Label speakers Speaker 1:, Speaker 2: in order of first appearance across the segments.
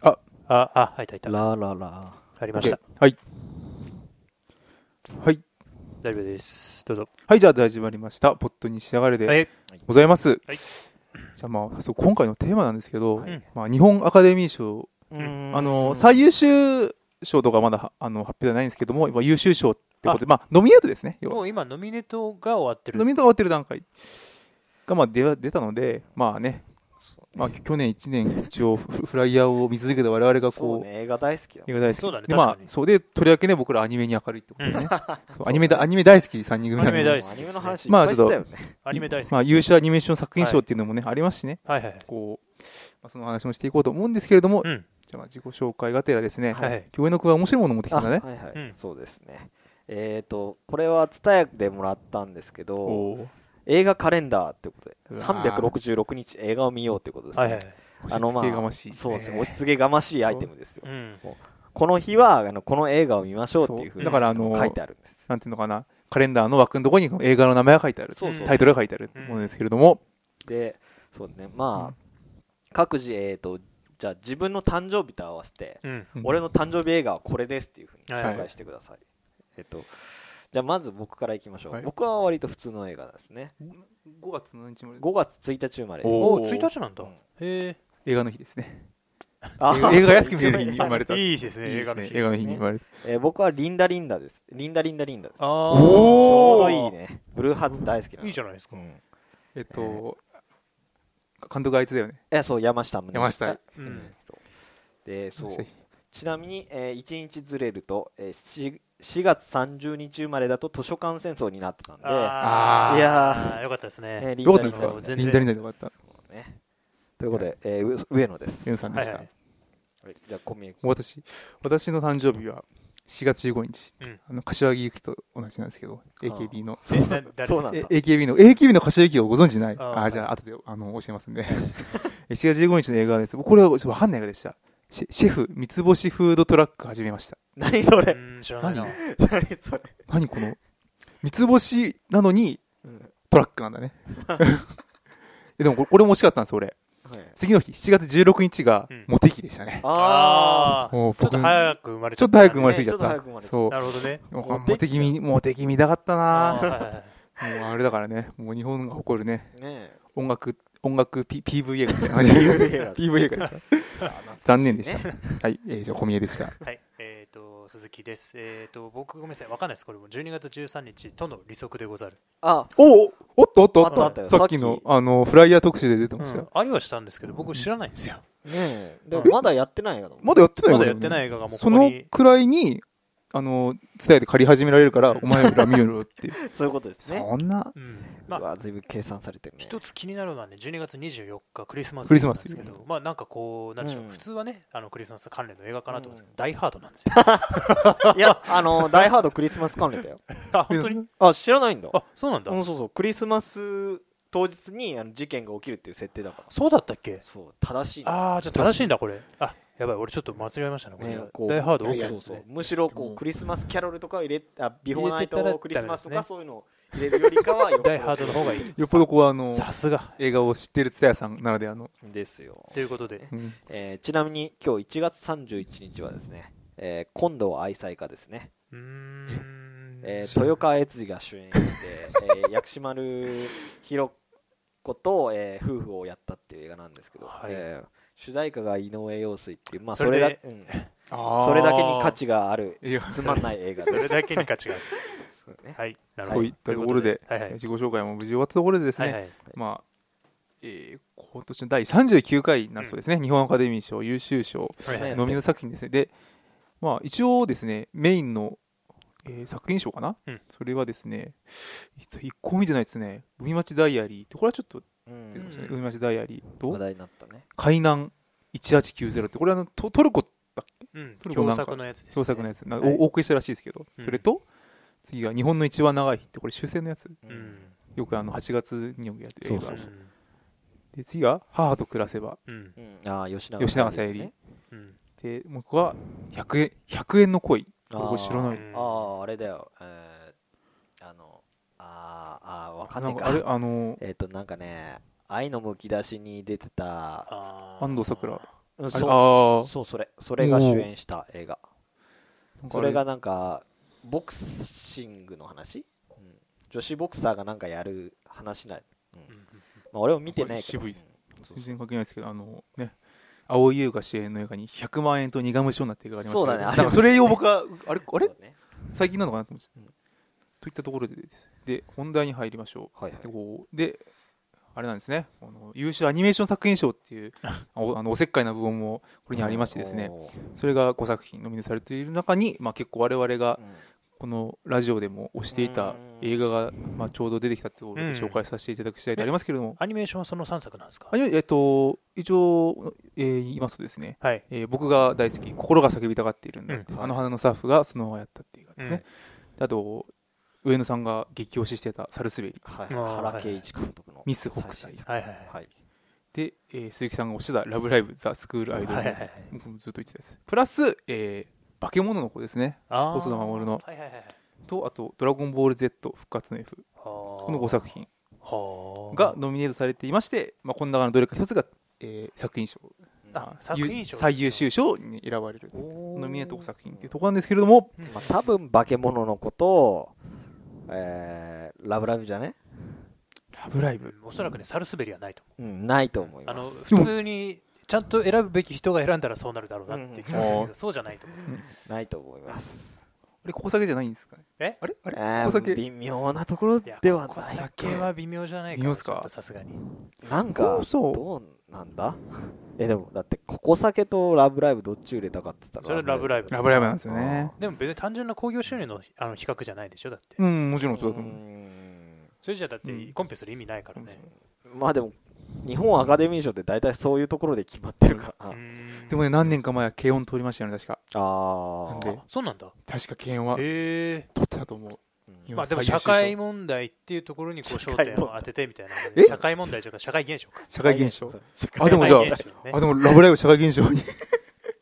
Speaker 1: あ、あ、はい、いたいた。
Speaker 2: ラララ。
Speaker 1: ありました。
Speaker 3: はい。はい。
Speaker 1: 大丈夫です。どうぞ。
Speaker 3: はい、じゃあ始まりました。ポットに仕上がれで
Speaker 1: え、
Speaker 3: ございます。
Speaker 1: はい
Speaker 3: じゃあまあ、そう今回のテーマなんですけど、
Speaker 1: はい
Speaker 3: まあ、日本アカデミー賞、
Speaker 1: ん
Speaker 3: あの、最優秀賞とかまだはあの発表じゃないんですけども、今優秀賞ってことで、まあ、ノミネートですね。要は
Speaker 1: もう今、ノミネートが終わってる。
Speaker 3: ノミネートが終わってる段階が、まあ、出は出たので、まあね、まあ、き去年1年、一応フ、フライヤーを見続けた我々が
Speaker 2: そう
Speaker 3: こう、
Speaker 2: ね、映画大好きだ。
Speaker 3: 映画大好き。
Speaker 1: そうだね
Speaker 3: でま
Speaker 1: 確か
Speaker 3: あ、
Speaker 1: に
Speaker 3: そうで、とりわけね、僕らアニメに明るいってことで
Speaker 1: う
Speaker 3: ね。
Speaker 1: ん
Speaker 3: そうアニメだ、アニメ大好き3人組な
Speaker 1: ア
Speaker 3: ん
Speaker 1: ニメ
Speaker 3: で
Speaker 1: 大好き。
Speaker 2: アニメの話いっ
Speaker 3: ま
Speaker 2: ぱ
Speaker 3: あ
Speaker 2: いしてたよね。
Speaker 1: アニメ大好き。
Speaker 3: まあ、優秀アニメーション作品賞っていうのもね、ありますしね、
Speaker 1: はいはいはい。
Speaker 3: こう、まあ、その話もしていこうと思うんですけれども、
Speaker 1: うん。
Speaker 3: じゃあ、自己紹介がてらですね、
Speaker 1: はいはい。
Speaker 3: 共演の子が面白いものを持ってき
Speaker 2: あ
Speaker 3: たん
Speaker 2: は
Speaker 3: だ
Speaker 2: い
Speaker 3: ね。
Speaker 2: はい、
Speaker 1: うん
Speaker 2: そうですね。えっ、と、これはツタヤでもらったんですけど、
Speaker 3: おー
Speaker 2: 映画カレンダーってことで、
Speaker 3: うわー
Speaker 2: 366日映画を見ようってことですね。
Speaker 1: はいはいはい。
Speaker 2: あのまあ
Speaker 3: 押し付けがましい、
Speaker 2: そうですね、押し付けがましいアイテムですよ
Speaker 1: う。ん。
Speaker 2: この日はあのこの映画を見ましょうっていう
Speaker 3: そ
Speaker 2: ふう
Speaker 3: う
Speaker 2: に
Speaker 3: だからあの
Speaker 2: 書いてあるんです。
Speaker 3: なんていうのかな、カレンダーの枠のところに映画の名前が書いてある、
Speaker 2: そうそうそう
Speaker 3: タイトルが書いてあるものですけれども、
Speaker 2: で、そうね、まあ、各自、えっ、と、じゃあ自分の誕生日と合わせて、
Speaker 1: うん。
Speaker 3: うん
Speaker 2: 俺の誕生日映画はこれですっていうふうに
Speaker 1: はい
Speaker 2: 紹介してください。えっ、と、じゃあまず僕からいきましょう。
Speaker 3: はい
Speaker 2: 僕は割と普通の映画ですね。
Speaker 3: 5月の日まで
Speaker 2: 5月1日生まれ。
Speaker 3: お
Speaker 1: お
Speaker 3: ー
Speaker 1: お、1日なんだ
Speaker 2: うん。
Speaker 1: へ
Speaker 3: 映画の日ですね。
Speaker 2: あ
Speaker 3: 映画映画が安く見れる日に生まれた。
Speaker 1: え。
Speaker 3: いい
Speaker 1: いいですね、
Speaker 3: で
Speaker 1: 映
Speaker 3: す
Speaker 1: 画
Speaker 3: ね
Speaker 1: の日。
Speaker 3: 映画の日に生まれた。
Speaker 2: えー僕はリンダリンダです。リンダリンダリンダです。
Speaker 1: あ
Speaker 2: ち
Speaker 1: ー
Speaker 3: お
Speaker 2: ょう
Speaker 3: ー
Speaker 2: どいいね。ブルーハーツ大好きなの。
Speaker 1: いいじゃないですか
Speaker 2: う。ん
Speaker 3: えっと、監督があいつだよね。
Speaker 2: え、そう、山下宗
Speaker 3: 山下。
Speaker 1: うん。
Speaker 2: で、そう。
Speaker 3: 山下
Speaker 2: ちなみに、えー1日ずれると、えー、4, 4月30日生まれだと図書館戦争になってたんで、
Speaker 1: あー
Speaker 2: いや
Speaker 1: よかったです
Speaker 2: えー
Speaker 1: ね。
Speaker 2: リン
Speaker 3: よ
Speaker 2: ダ
Speaker 3: かっ
Speaker 2: リ
Speaker 3: た
Speaker 2: ン
Speaker 3: で
Speaker 2: ダ
Speaker 3: すか
Speaker 1: いいですね
Speaker 3: リンダリンダでよかった。
Speaker 2: ねということで、えーう上野です、
Speaker 3: ユンさんで
Speaker 1: はい
Speaker 3: し
Speaker 1: は
Speaker 3: た
Speaker 1: い。。
Speaker 2: はいじゃあ小宮君
Speaker 3: もう私、私の誕生日は4月15日。
Speaker 1: うん
Speaker 3: あの、柏木由紀と同じなんですけど、AKB の。
Speaker 1: えな誰
Speaker 2: そう
Speaker 1: です
Speaker 2: なん
Speaker 3: え
Speaker 2: だ
Speaker 3: AKB の、AKB の柏木由紀をご存知ない。
Speaker 1: あー
Speaker 3: あ
Speaker 1: は
Speaker 3: あ、
Speaker 1: い
Speaker 3: じゃあ後で、あの、教えますんで。え4月15日の映画です。これはちょっとわかんない映画でした。シェシェフ、三つ星フードトラック始めました。
Speaker 2: 何それ
Speaker 1: うん、知らない
Speaker 3: 何
Speaker 1: な。
Speaker 2: 何それ、
Speaker 3: 何この、三つ星なのに
Speaker 2: うん
Speaker 3: トラックなんだね。 えでもこれ、これも惜しかったんです、俺。
Speaker 2: はい、
Speaker 3: 次の日、7月16日が
Speaker 1: うん、
Speaker 3: モテ期でしたね。
Speaker 2: あ
Speaker 1: あー
Speaker 3: もう
Speaker 1: ちょっ
Speaker 3: 僕
Speaker 1: と早く生まれ
Speaker 3: ちょっと早く生ま
Speaker 1: れ
Speaker 3: れすぎちゃっ
Speaker 2: ねちょったと早く生まれ。ちゃった
Speaker 3: そう
Speaker 1: た。。なるほどね。
Speaker 3: もう
Speaker 2: モ
Speaker 3: モ
Speaker 2: テ
Speaker 3: テ
Speaker 2: 期
Speaker 3: 気味、モテ気味たかったな
Speaker 1: あーはいはいはい
Speaker 3: もうあれだからね、もう日本が誇るね、
Speaker 2: ーね
Speaker 3: 音楽、音楽、P、PV 映画みたいな
Speaker 2: え
Speaker 3: 感じ
Speaker 2: PV 映画
Speaker 3: PV 映画ですから。 残念でした。はい、えー、じゃあ、小宮でした。
Speaker 1: はい、えっ、と、鈴木です。えっ、と、僕、ごめんなさい、わかんないです。これも12月13日との利息でござる。
Speaker 2: あ
Speaker 3: おおおっとおっとお
Speaker 2: あったあ
Speaker 3: っ
Speaker 2: ったよ
Speaker 3: とさっき
Speaker 2: さっ
Speaker 3: の
Speaker 2: き、
Speaker 3: あの、フライヤー特集で出て
Speaker 1: う
Speaker 3: ました
Speaker 1: ん
Speaker 3: よ。、
Speaker 1: ありはしたんですけど、僕知らないんですよ。
Speaker 2: ねえでもまだやってない映画だもん
Speaker 3: まだやってないよ
Speaker 1: まだ
Speaker 3: ね
Speaker 1: やってない映画がもうこ
Speaker 3: そ
Speaker 1: こ
Speaker 3: の
Speaker 1: に。
Speaker 3: くらいに、あの、伝えて借り始められるから、お前ら見ろよっていう。
Speaker 2: そういうことですね
Speaker 3: そんな、
Speaker 1: うん、ま
Speaker 2: まあ、う
Speaker 1: あ、
Speaker 2: わ随分計算されてるね
Speaker 1: 一つ気になるのはね、12月24日、クリスマス
Speaker 3: クリスマス
Speaker 1: なんですけど、まあ、なんかこう、なんでしょう、
Speaker 2: うん
Speaker 1: 普通はね、あのクリスマス関連の映画かなと思うんですけど、
Speaker 2: うん
Speaker 1: ダイハードなんですよ。
Speaker 2: いや あの「ダイ・ハードクリスマス関連」だよ
Speaker 1: あ、本当に
Speaker 2: あ知らないんだ
Speaker 1: あ、そうなんだ。
Speaker 2: うん、そうそうクリスマス当日にあの事件が起きるっていう設定だから
Speaker 1: そうだったっけ
Speaker 2: そう正しいんです
Speaker 1: ああ、じゃあ正しいんだ、これ。あ、やばい、俺ちょっと間違えましたね、これ。
Speaker 2: ねこう
Speaker 1: ダイハード
Speaker 2: いや
Speaker 1: OK
Speaker 2: い
Speaker 1: で
Speaker 2: や
Speaker 1: すね。
Speaker 2: そうそうむしろこうクリスマスキャロルとかを入れあビフォーナイ
Speaker 1: 入れてたらダメですね
Speaker 2: トクリスマスとかそういうのを入れるよりかはよっぽど
Speaker 1: ダイハードの方がいい。
Speaker 3: よっぽどこう、あの、
Speaker 1: さすが。
Speaker 3: 映画を知ってる蔦屋さんならではの、
Speaker 2: ですよ
Speaker 1: と、いうことで、
Speaker 3: うん
Speaker 2: えーちなみに今日1月31日はですね、えー今度は愛妻家ですね、
Speaker 1: うーん。
Speaker 2: えー豊川悦司が主演して、え ー薬師丸ひろ子と、えー夫婦をやったっていう映画なんですけど、
Speaker 1: はい
Speaker 2: えー主題歌が井上陽水っていう、まあ、そ
Speaker 1: そ
Speaker 2: れ
Speaker 1: れ
Speaker 2: だ
Speaker 1: で
Speaker 2: うん
Speaker 3: あー
Speaker 2: それだけに価値がある
Speaker 3: いや
Speaker 2: つまんない映画
Speaker 1: それ
Speaker 2: です。
Speaker 1: だけに価値がある。
Speaker 2: そうね
Speaker 1: はい、なるほ
Speaker 3: と
Speaker 1: ど。
Speaker 3: いったところで、
Speaker 1: はいはい。
Speaker 3: 自己紹介も無事終わったところでですね、
Speaker 1: はいはい。
Speaker 3: まあ、えー今年の第39回なそうですね、日本アカデミー賞優秀賞
Speaker 1: はいはい
Speaker 2: ね
Speaker 3: ノミネート作品ですね。で、まあ、一応ですね、メインの、えー作品賞かな、
Speaker 1: うん
Speaker 3: それはですね、一個も見てないですね、海町ダイアリーと、これはちょっと
Speaker 2: う
Speaker 3: 出てま
Speaker 2: ん
Speaker 3: したね、
Speaker 1: うん
Speaker 3: 海町ダイアリー
Speaker 2: 話
Speaker 3: と、
Speaker 2: 題になったね。
Speaker 3: 海南1890って、これはあのトトルコ
Speaker 1: うん、
Speaker 3: トルコな
Speaker 1: 共
Speaker 3: んか
Speaker 1: 作のやつです、ね。
Speaker 3: 共作のやつ、な
Speaker 1: はい
Speaker 3: おお送りしたらしいですけど、
Speaker 1: うん
Speaker 3: それと、次が日本の一番長い日って、これ終戦のやつ、
Speaker 1: うん。
Speaker 3: よくあの8月によくやってる映画
Speaker 1: う
Speaker 2: そ
Speaker 1: ん。
Speaker 2: う
Speaker 3: で、次が母と暮らせば、
Speaker 1: うん。
Speaker 2: うんああ、吉永
Speaker 3: 吉永小
Speaker 2: 小
Speaker 3: 百
Speaker 2: 百合
Speaker 3: 合
Speaker 2: ね。
Speaker 1: うん。
Speaker 3: で、もう一個は100円、100円の恋。
Speaker 2: あー
Speaker 3: これ知らない。
Speaker 2: ああ、あれだよ。えーあの、あーあー、わかん
Speaker 3: な
Speaker 2: ない
Speaker 3: ん
Speaker 2: か。
Speaker 3: かあれ、あの、
Speaker 2: えっと、なんかね、愛のむき出しに出てた、
Speaker 1: あー
Speaker 3: 安藤サクラ。
Speaker 2: うん
Speaker 3: あ
Speaker 2: そ
Speaker 3: れあ
Speaker 2: う
Speaker 3: ー
Speaker 2: そうそれそれが主演した映画
Speaker 3: なんかあ
Speaker 2: それがなんかボクシングの話、うん女子ボクサーがなんかやる話な、うん
Speaker 1: うんうん
Speaker 2: まあ、俺も見てないけど
Speaker 3: 渋いっす
Speaker 2: うんそう
Speaker 3: 全然関係ないですけどあのね蒼井優が主演の映画に100万円と苦虫女って映画がありましたけど
Speaker 2: そうだねあ
Speaker 3: な
Speaker 2: れ
Speaker 3: んかそれを僕はあれあれ
Speaker 2: そうね
Speaker 3: 最近なのかなと思って、
Speaker 2: うん
Speaker 3: といったところでですで本題に入りましょう
Speaker 2: はいはい
Speaker 3: でこうであれなんですねあの優秀アニメーション作品賞って いうあおあのおせっかいな部門もこれにありましてですね
Speaker 2: おー
Speaker 3: それが5作品ノミネートされている中に、まあ、結構我々が
Speaker 2: うん
Speaker 3: このラジオでも推していた映画が、まあ、ちょうど出てきたということで紹介させていただく次第でありますけれども、
Speaker 1: アニメーションはその3作なんですか
Speaker 3: あいやえっと一応、えー言いますとですね、
Speaker 1: はい。
Speaker 3: えー僕が大好き心が叫びたがっているんだって、
Speaker 2: うん
Speaker 3: あの花のスタッフがそのままやったっていう映画です
Speaker 1: うん
Speaker 3: ね、であと上野さんが激推ししてた「サルスベリ
Speaker 2: はい、
Speaker 1: あー
Speaker 2: 原敬一監督の
Speaker 3: ミス北斎
Speaker 2: 最新作
Speaker 1: はいはいはい。
Speaker 2: はい、」
Speaker 3: で、えー鈴木さんが推してた「ラブライブザ・スクール・アイドル」
Speaker 1: はいはいはい
Speaker 3: 僕もずっと言ってたやつプラス、えー化け物の子」ですね
Speaker 1: あー
Speaker 3: 細田守の
Speaker 1: はいはいはいはい。
Speaker 3: とあと「ドラゴンボール Z 復活の F」
Speaker 1: こ
Speaker 3: この5作品
Speaker 1: 品
Speaker 3: が、ノミネートされていまして、まあ、この中のどれか一つが、えー作品賞
Speaker 1: あ
Speaker 3: あ
Speaker 1: 作品賞
Speaker 3: ゆ最優秀賞に選ばれるノ
Speaker 1: ノ
Speaker 3: ミネート5作品っていうところなんですけれども
Speaker 1: 品
Speaker 2: まあ、多分化け物の子と、えーラブラブじゃね、
Speaker 3: 「ラブライブ
Speaker 1: おそらくね、サルスベリはないと
Speaker 2: うん、ないと思
Speaker 1: 思う。
Speaker 2: い
Speaker 1: あ
Speaker 2: ま
Speaker 1: の、
Speaker 2: す
Speaker 1: 普通に、ちゃんと選ぶべき人が選んだらそうなるだろうなって気がする
Speaker 3: う
Speaker 1: け
Speaker 3: ん
Speaker 1: ど、そうじゃないと思う。
Speaker 2: ないと思います
Speaker 3: あれここ酒じゃないんですかね
Speaker 1: え
Speaker 3: あれあれ
Speaker 2: えー
Speaker 3: ここ酒
Speaker 2: 微妙なところ
Speaker 1: いや
Speaker 2: では
Speaker 1: ここ
Speaker 2: ない
Speaker 1: 酒は微妙じゃないか
Speaker 3: 微妙
Speaker 1: も
Speaker 3: っす
Speaker 1: ちょ
Speaker 3: か
Speaker 1: っとさすがに。
Speaker 2: なんか
Speaker 3: そうそう
Speaker 2: どうなんだ えでもだってここ酒とラブライブどっち売れたかって言った
Speaker 1: それ
Speaker 2: ら
Speaker 1: はラブライブ。
Speaker 3: ラブライブなんですよね
Speaker 1: でも別に単純な興行収入のあの比較じゃないでしょ、だって。
Speaker 3: うんもちろ
Speaker 2: うん
Speaker 3: そうだと思う
Speaker 1: それじゃだって
Speaker 3: うん
Speaker 1: コンペする意味ないからね。
Speaker 2: まあでも日本アカデミー賞って大体そういうところで決まってるか
Speaker 1: う
Speaker 2: ら、あ
Speaker 1: ーん
Speaker 3: でもね何年か前は慶音通りましたよね確か
Speaker 2: あ
Speaker 3: なん
Speaker 2: ー
Speaker 3: で
Speaker 1: そうなんだ。
Speaker 3: 確か慶音は取
Speaker 1: へえ。
Speaker 3: ってたと思う
Speaker 2: うん
Speaker 1: まあでも社会問題っていうところにこう焦点を当ててみたいな
Speaker 3: え。
Speaker 1: 社会問題というか社会現象か。
Speaker 3: 社会現象
Speaker 2: そう
Speaker 3: あでもじゃあ
Speaker 1: 社会現象ね
Speaker 3: あでもラブライブ社会現象に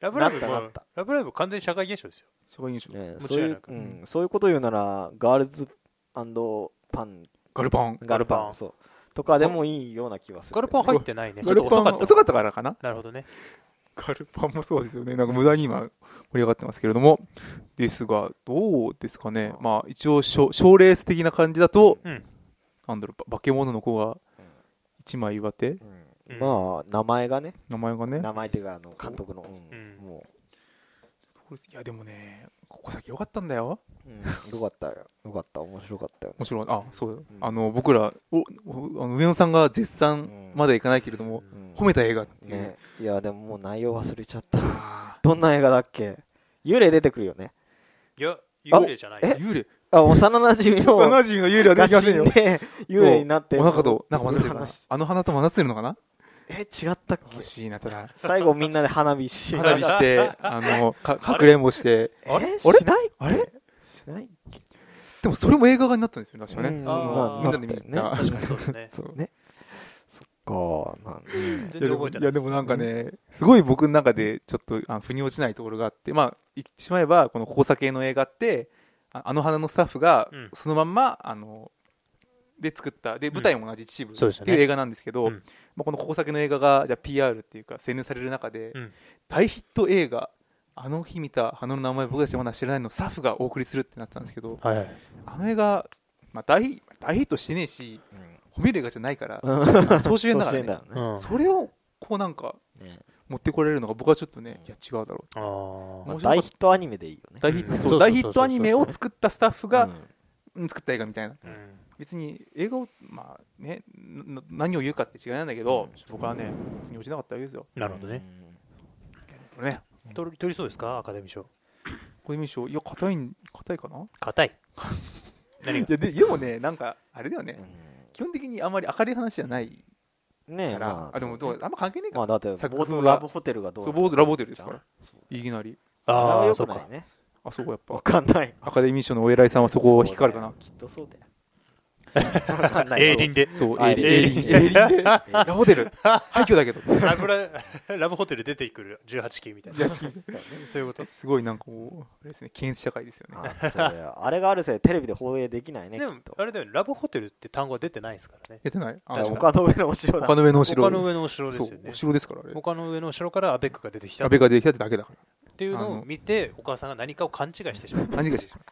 Speaker 1: ラブライブ
Speaker 2: なったな
Speaker 1: も
Speaker 2: った、
Speaker 1: ラブライブ完全に社会現象ですよ。
Speaker 3: 社会現象
Speaker 2: ね
Speaker 1: も
Speaker 2: そう
Speaker 1: ちろ
Speaker 2: い
Speaker 1: ん
Speaker 2: う
Speaker 1: な、く
Speaker 2: うん、そういうこと言うならガールズパン
Speaker 3: ガルパン
Speaker 2: ガル
Speaker 1: ガル
Speaker 2: パ
Speaker 1: パ
Speaker 2: ン
Speaker 1: ン
Speaker 2: そうとかでもいいような気はする
Speaker 1: ガルパン入ってないね。ちょ
Speaker 3: ガ
Speaker 1: っ
Speaker 3: ルパ
Speaker 1: と遅
Speaker 3: ン
Speaker 1: か
Speaker 3: が
Speaker 1: った。
Speaker 3: 遅かったからかな
Speaker 1: なるほどね。
Speaker 3: ガルパンもそうですよね、なんか無駄に今、盛り上がってますけれども、ですが、どうですかね、まあ、一応ショ、賞レース的な感じだと、
Speaker 1: うん
Speaker 3: なんだろう、ば化け物の子が一枚上手、
Speaker 2: うん
Speaker 1: うん
Speaker 2: まあ名前がね
Speaker 3: 名前がね、
Speaker 2: 名前っていうかあの監督の、うん
Speaker 1: うん
Speaker 2: も
Speaker 3: いや、でもね、ここ先良かったんだよ、
Speaker 2: う、うん、よかったよよかった面白かったよ、
Speaker 3: もちろん、あそう
Speaker 2: うん
Speaker 3: だ、あの僕ら、おおあの上野さんが絶
Speaker 2: うん
Speaker 3: 賛まだいかないけれども、
Speaker 2: うん
Speaker 3: 褒めた映画っていう、
Speaker 2: ね、いやでももう内容忘れちゃった
Speaker 3: あ
Speaker 2: どんな映画だっけ幽霊出てくるよね
Speaker 1: いや、幽霊じゃない。
Speaker 3: ー
Speaker 2: え
Speaker 3: 幽霊、
Speaker 2: あ幼なじみの
Speaker 3: 幼馴染の幽霊は
Speaker 2: が
Speaker 3: できま
Speaker 2: 死
Speaker 3: せん
Speaker 2: ん
Speaker 3: よ。
Speaker 2: で幽霊になって
Speaker 3: お腹と、なんか混ざってるかな
Speaker 2: 話。
Speaker 3: あの花と混ざってるのかな
Speaker 2: え違ったっけ
Speaker 3: 欲しいな、ただ。
Speaker 2: 最後みんなで花火し
Speaker 3: 花火して、あの、か、かくれんぼして。
Speaker 2: えー
Speaker 1: あれ
Speaker 2: しない
Speaker 3: あれ
Speaker 2: しない
Speaker 3: でもそれも映画化になったんですよね、確か
Speaker 2: うん
Speaker 3: ね。
Speaker 1: あー
Speaker 3: みんなで見に行った。
Speaker 1: 確かにそうで すね。
Speaker 3: そう
Speaker 2: ねそっかなんで
Speaker 1: 全然覚えてない。
Speaker 3: や、でもなんかね、すごい僕の中でちょっとあ腑に落ちないところがあって、まあ、言ってしまえば、この交差系の映画って、ああの花のスタッフが
Speaker 1: うん
Speaker 3: そのまんま、あの、で作った、で、舞台も同じ秩
Speaker 1: そうで
Speaker 3: 父っ
Speaker 1: すよ
Speaker 3: て
Speaker 1: ね
Speaker 3: いう映画なんですけど、
Speaker 1: うん
Speaker 3: まあ、この交差系の映画が、じゃあ PR っていうか、宣伝される中で、
Speaker 1: うん
Speaker 3: 大ヒット映画、あの日見た花の名前僕たちまだ知らないのスタッフがお送りするってなったんですけど、
Speaker 1: はいはい。
Speaker 3: あの映画、まあ、大大ヒットしてねえし、褒める映画じゃないから、
Speaker 2: うん
Speaker 3: 総集編だ
Speaker 2: そ
Speaker 3: から、
Speaker 2: うして
Speaker 3: ね
Speaker 2: んだよね
Speaker 1: うん
Speaker 3: それをこうなんか
Speaker 2: ね
Speaker 3: 持ってこられるのが僕はちょっとね、いや違うだろう
Speaker 1: あ
Speaker 2: まあ
Speaker 3: 面白かった
Speaker 2: 大ヒットアニメでいいよね
Speaker 3: 大ヒット、
Speaker 1: うん
Speaker 3: そう
Speaker 1: そうそうそうそう
Speaker 3: 大ヒットアニメを作ったスタッフが、
Speaker 2: うん
Speaker 3: うん作った映画みたいな
Speaker 1: あ。うん
Speaker 3: 別に映画をまあねな何を言うかって違いなんだけど、
Speaker 2: うん
Speaker 3: 僕はね腑に落ちなかったわけですよ
Speaker 1: なるほどね。
Speaker 3: これね
Speaker 1: 取り取りそうですかアカデミー賞。
Speaker 3: 小泉賞いや硬いん硬いかな
Speaker 1: 硬い。何
Speaker 3: い
Speaker 1: が
Speaker 3: やででもねなんかあれだよ
Speaker 2: う
Speaker 3: ね
Speaker 2: ん
Speaker 3: 基本的にあまり明るい話じゃない
Speaker 2: ねえ
Speaker 3: から、
Speaker 2: ま
Speaker 3: あでもどうあんま関係ないか
Speaker 2: まあだって
Speaker 3: 作
Speaker 2: 冒
Speaker 3: 風が
Speaker 2: 頭ラブホテルがどう
Speaker 3: そ
Speaker 2: な
Speaker 3: う
Speaker 2: の
Speaker 3: ボードラボーテルですから
Speaker 2: そう
Speaker 3: いきなり
Speaker 2: あれは
Speaker 1: あ
Speaker 2: 良
Speaker 1: あ、そう
Speaker 2: くな
Speaker 1: か
Speaker 2: い。ね
Speaker 3: あそこやっぱ
Speaker 2: わかんない
Speaker 3: アカデミー賞のお偉いさんはそこを引っかかるかな
Speaker 2: きっとそうだよわかんないけど
Speaker 1: エーリン で。
Speaker 3: そう、
Speaker 2: はい
Speaker 3: エイリン、エ
Speaker 1: エイ
Speaker 3: イリン、
Speaker 1: リン
Speaker 3: エイリンで、ラホテル、廃墟だけど。
Speaker 1: ラブラ ラブホテル出てくる18級みたいな。
Speaker 3: 18
Speaker 1: そういうこと
Speaker 3: すごいなんかこう、あれですね、検視社会ですよね。
Speaker 2: あそうだよあれがあるせいでテレビで放映できないねき
Speaker 1: でも
Speaker 2: っと、
Speaker 1: あれだよね、ラブホテルって単語は出てないですからね。
Speaker 3: やってないあ
Speaker 2: だか
Speaker 1: 確
Speaker 2: ら
Speaker 3: の
Speaker 1: か
Speaker 2: 丘の上のお城だ
Speaker 3: 丘の上のお城。
Speaker 1: 丘の上のお城ですよ
Speaker 3: そう、
Speaker 1: ね
Speaker 3: お。城ですから、あれ。
Speaker 1: 丘の上のお城からアベックが出てきたっ
Speaker 3: 安倍ができたってだけだか
Speaker 1: ていうのを見て、お母さんが何かを勘違いしてしまっ
Speaker 3: ら。
Speaker 1: た。
Speaker 3: 何がしてしま っ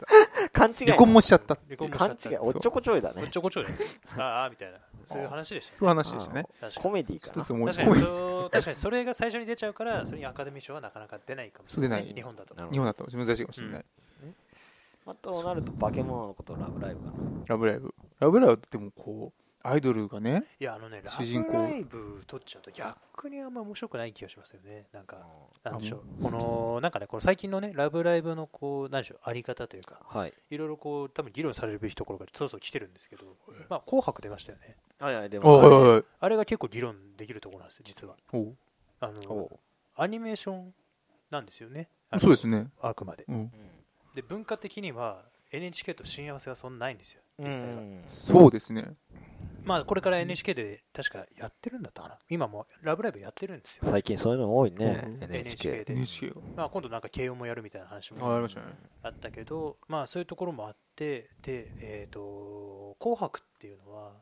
Speaker 3: た。
Speaker 2: 勘違い
Speaker 3: 離婚もしちゃった。
Speaker 1: 離婚もしちゃ
Speaker 2: 勘
Speaker 1: った。
Speaker 2: 違い
Speaker 1: こ
Speaker 2: おっちょこちょいだ
Speaker 1: っ
Speaker 2: ね
Speaker 1: ちょこちょいだよね。ああ、みたいな。そういう話でした
Speaker 3: そういう
Speaker 1: よね。
Speaker 3: 話でしたね。
Speaker 1: 確か
Speaker 2: コ
Speaker 1: に
Speaker 2: メディか
Speaker 3: 一
Speaker 2: な
Speaker 3: つ思い
Speaker 1: 確かにそう確かにそれが最初に出ちゃうから、それにアカデミー賞はなかなか出ないかもしれないですね。
Speaker 3: そう出な
Speaker 1: 日本だと。
Speaker 2: なるほど
Speaker 3: 日本だと自分難しいかもしれない。
Speaker 2: あとなると化け物のことラブライブかな
Speaker 3: ラブライブ。ラブライブってでもこう、アイドルがね、
Speaker 1: いや、あのね、ラ
Speaker 3: 主人
Speaker 1: ブ
Speaker 3: 公
Speaker 1: ライブ撮っちゃうと逆にあんま面白くない気がしますよね。なんか、なんでしょう。この、なんかね、この最近のね、ラブライブのこう、なんでしょう、あり方というか、
Speaker 2: はい
Speaker 1: いろいろこう、多分議論されるべきところがそろそろ来てるんですけど、まあ、紅白出ましたよね。
Speaker 2: はいはいで
Speaker 3: おい
Speaker 2: も
Speaker 3: おいおい
Speaker 1: あれが結構議論できるところなんですよ、実は。
Speaker 3: おう
Speaker 1: あの、アニメーションなんですよね。あの
Speaker 3: そうですね。
Speaker 1: あくまで。
Speaker 3: うん。
Speaker 1: で、文化的には NHK と親和性はそんなないんですよ、
Speaker 2: うん
Speaker 1: 実際は。
Speaker 3: そうですね。
Speaker 1: まあ、これから NHK で確かやってるんだったかな。今もラブライブやってるんですよ。
Speaker 2: 最近そういうの多いね
Speaker 3: うん
Speaker 2: NHK
Speaker 1: NHK で
Speaker 3: NHK が。
Speaker 1: まあ、今度なんか慶応もやるみたいな話
Speaker 3: あ、や
Speaker 1: も
Speaker 3: りましたね。
Speaker 1: あったけど、まあ、そういうところもあって、で、えっ、と、紅白っていうのは、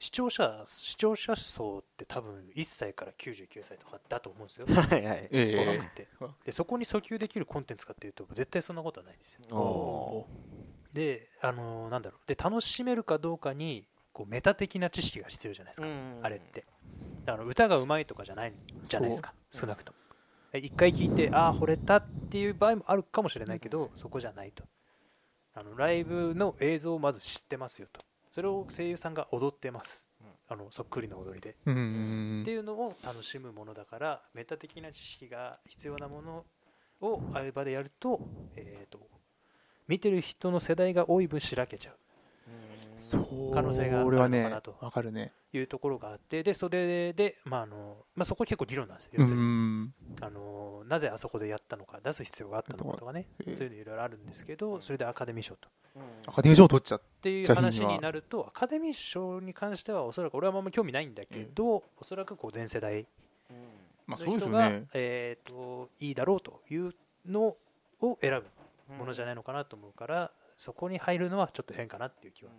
Speaker 1: 視聴者、視聴者層って多分1歳から99歳とかだと思うんですよ。
Speaker 2: はいは
Speaker 1: 紅
Speaker 2: い
Speaker 3: え
Speaker 1: 白ってでそこに訴求できるコンテンツかっていうと絶対そんなことはないんですよ
Speaker 3: え。
Speaker 2: お
Speaker 1: であのーなんだろうで楽しめるかどうかにこうメタ的な知識が必要じゃないですか、
Speaker 2: ー
Speaker 1: あれってだから歌がうまいとかじゃないじゃないですか
Speaker 2: そう
Speaker 1: 少なくともえ一回聞いてああ惚れたっていう場合もあるかもしれないけどそこじゃないとあのライブの映像をまず知ってますよとそれを声優さんが踊ってます
Speaker 2: うん
Speaker 1: あのそっくりの踊りで
Speaker 3: うん
Speaker 1: っていうのを楽しむものだからメタ的な知識が必要なものをああいう場でやると,、えー、と見てる人の世代が多い分しらけちゃ
Speaker 2: うん
Speaker 3: そう
Speaker 1: 可能性がある
Speaker 3: 俺
Speaker 1: のかなと
Speaker 3: はねわかるね
Speaker 1: ういうところがあってでそれで、まああのまあ、そこ結構議論なんですよ
Speaker 3: う
Speaker 1: 要するに
Speaker 3: ん
Speaker 1: あのなぜあそこでやったのか出す必要があったのかとかね
Speaker 3: ええ
Speaker 1: そういうのいろいろあるんですけどそれでアカデミー賞と。
Speaker 3: アカデミー賞を取っちゃっ
Speaker 1: っていう
Speaker 3: じゃあ
Speaker 1: 話
Speaker 3: 日には
Speaker 1: になるとアカデミー賞に関してはおそらく俺はあんま興味ないんだけど、おそらくこう全世代
Speaker 3: まあそう
Speaker 1: の
Speaker 3: です
Speaker 1: 人
Speaker 3: よ
Speaker 1: が、
Speaker 3: ね
Speaker 1: えー、といいだろうというのを選ぶものじゃな
Speaker 2: ない
Speaker 1: いのかなと思うから、そこに入るのはちょっと変かなっていう気は。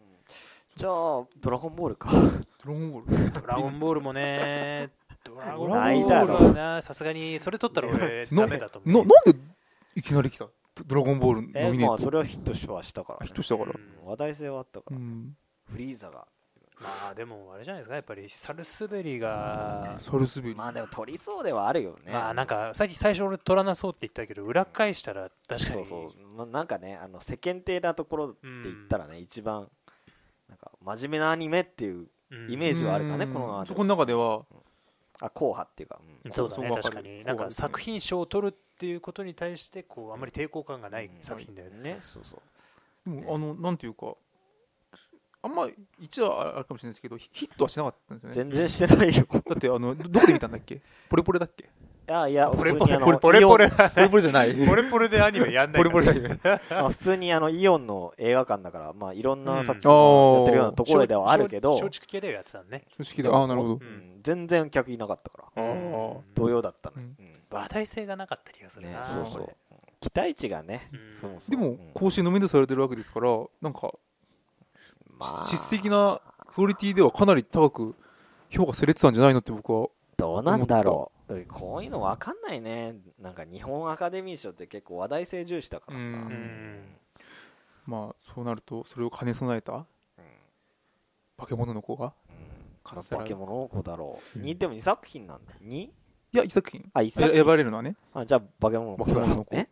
Speaker 2: じゃあドラゴンボールか
Speaker 3: ドラゴンボール
Speaker 1: ドラゴンボールもね、 ドラゴンボ
Speaker 2: ない
Speaker 1: ー
Speaker 2: だ
Speaker 1: ル
Speaker 2: ろ
Speaker 1: はな、さすがにそれ取ったら俺、ダメだと
Speaker 3: な
Speaker 1: 思
Speaker 3: な
Speaker 1: う。
Speaker 3: なんでいきなり来たドラゴンボール
Speaker 2: え
Speaker 3: ノミネ
Speaker 2: まあ
Speaker 3: ー
Speaker 2: そ
Speaker 3: ト
Speaker 2: れはヒットしはしたからね
Speaker 3: ヒットしたから
Speaker 1: うん
Speaker 2: 話題性はあったか
Speaker 3: う
Speaker 2: ら
Speaker 3: ん
Speaker 2: フリーザが
Speaker 1: まあでもあれじゃないですか、やっぱりサルスベリが、
Speaker 3: サルスベリ
Speaker 2: まあでも取りそうではあるよね
Speaker 1: まあなんかさっき最初俺取らなそうって言ったけど、裏返したら確か
Speaker 2: そう
Speaker 1: に。
Speaker 2: そう、ま、なんかねあの世間体なところって言ったらね、一番なんか真面目なアニメっていう
Speaker 1: うん
Speaker 2: イメージはあるからね
Speaker 3: うん
Speaker 2: この中で
Speaker 3: そこの中では
Speaker 2: あ硬派っていうか、うん
Speaker 1: そうだね、
Speaker 3: そうわか
Speaker 1: 確
Speaker 3: る
Speaker 1: かに。な
Speaker 3: そ
Speaker 1: ん
Speaker 3: う
Speaker 1: か
Speaker 3: ですね
Speaker 1: 作品賞を取るっていうことに対して、こう、あんまり抵抗感がない作品だよね。
Speaker 2: ねそうそう
Speaker 3: でもあのなんていうかあんま一応あれかもしれないですけどヒヒットはしなかったんですよね
Speaker 2: 全然してないよ
Speaker 3: だってあのどどこで見たんだっ けポレポレだっけ
Speaker 2: いやいや
Speaker 1: ポ
Speaker 2: 普
Speaker 1: レ
Speaker 2: 通
Speaker 1: ポ
Speaker 2: に
Speaker 1: レ、
Speaker 2: あの
Speaker 1: ポレポレ
Speaker 2: イオン
Speaker 1: ポレは
Speaker 3: ポレポレじゃない
Speaker 1: ポレポレでアニメやんない
Speaker 3: ポ
Speaker 1: か
Speaker 3: レ
Speaker 1: ら。
Speaker 3: ポレだよね
Speaker 2: まあ普通にあのイオンの映画館だからまあいろんな作品
Speaker 3: うん
Speaker 2: をやってるようなところではあるけど、
Speaker 1: 松竹系ではやってたのね。
Speaker 3: 正直だああなるほど
Speaker 2: う
Speaker 1: うん
Speaker 2: ん全然客いなかったから
Speaker 3: あ
Speaker 1: うん
Speaker 3: ー
Speaker 2: 同様だったの、
Speaker 3: うん
Speaker 2: うん
Speaker 1: 話題性がなかった気がする
Speaker 2: ね
Speaker 1: な。
Speaker 2: そう
Speaker 1: こ
Speaker 2: そ
Speaker 1: れ
Speaker 2: う期待値がね、
Speaker 1: うん
Speaker 2: そもそ
Speaker 3: で
Speaker 2: も
Speaker 3: も甲子園ノミネートされてるわけですからなんか
Speaker 2: うん
Speaker 3: 質質的なクオリティではかなり高く評価されてたんじゃないのって僕は
Speaker 2: どうなんだろううんこういうの分かんないねなんか日本アカデミー賞って結構話題性重視だからさ、
Speaker 3: うん
Speaker 1: うん
Speaker 3: まあそうなるとそれを兼ね備えた
Speaker 2: うん
Speaker 3: 化け物の子がカ
Speaker 2: まあ
Speaker 3: ステラ
Speaker 2: 化け物の子だろう、
Speaker 3: うん
Speaker 2: にでも2作品なんだ 2?
Speaker 3: いや一作品
Speaker 2: あ一作
Speaker 3: 選
Speaker 2: 品
Speaker 3: ばれるのはね
Speaker 2: あじゃあ化け物の子だ
Speaker 3: 化け物の子
Speaker 2: ね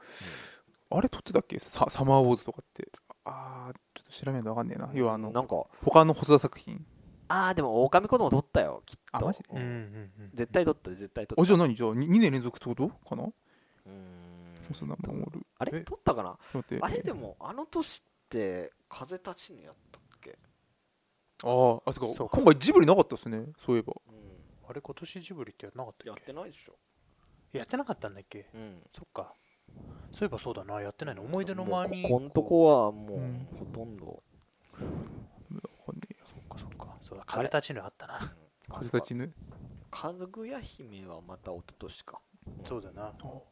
Speaker 3: あれ撮ってたっけササマーウォーズとかってああちょっと調べないと分かんねえな要はあの
Speaker 2: なんか
Speaker 3: 他の細田作品
Speaker 2: ああでも狼子供取ったよきっ
Speaker 3: あ
Speaker 2: と
Speaker 3: マジで
Speaker 1: うん
Speaker 2: う
Speaker 1: うんんうん
Speaker 2: 絶対取った絶対取
Speaker 3: あ
Speaker 2: っ
Speaker 3: じ
Speaker 2: た
Speaker 3: ゃあ何じゃあ 2, 年連続ってことかな
Speaker 2: う
Speaker 3: そうそ
Speaker 2: ー
Speaker 3: うんな守る
Speaker 2: あれ取ったかな
Speaker 3: ちょっと待って
Speaker 2: あれでもあの年って風立ちぬやったっけ、
Speaker 3: あーあそうか
Speaker 1: そうか
Speaker 3: 今回ジブリなかったですねそういえば
Speaker 2: うん、
Speaker 1: あれ、今年ジブリってやってなかった
Speaker 2: や
Speaker 1: っ
Speaker 2: っ
Speaker 1: け
Speaker 2: てないでしょ、
Speaker 1: やってなかったんだっけ
Speaker 2: うん、
Speaker 1: そっか。そういえばそうだな、やってないの。思い出の間に。
Speaker 2: もうここんとこはも
Speaker 3: うん
Speaker 2: うほとんど
Speaker 1: 風立ちぬあったな、
Speaker 2: うんあ
Speaker 3: 風
Speaker 2: そうか
Speaker 3: 立ちぬ
Speaker 2: かぐや姫はまた一昨年か。
Speaker 1: そうだな
Speaker 3: お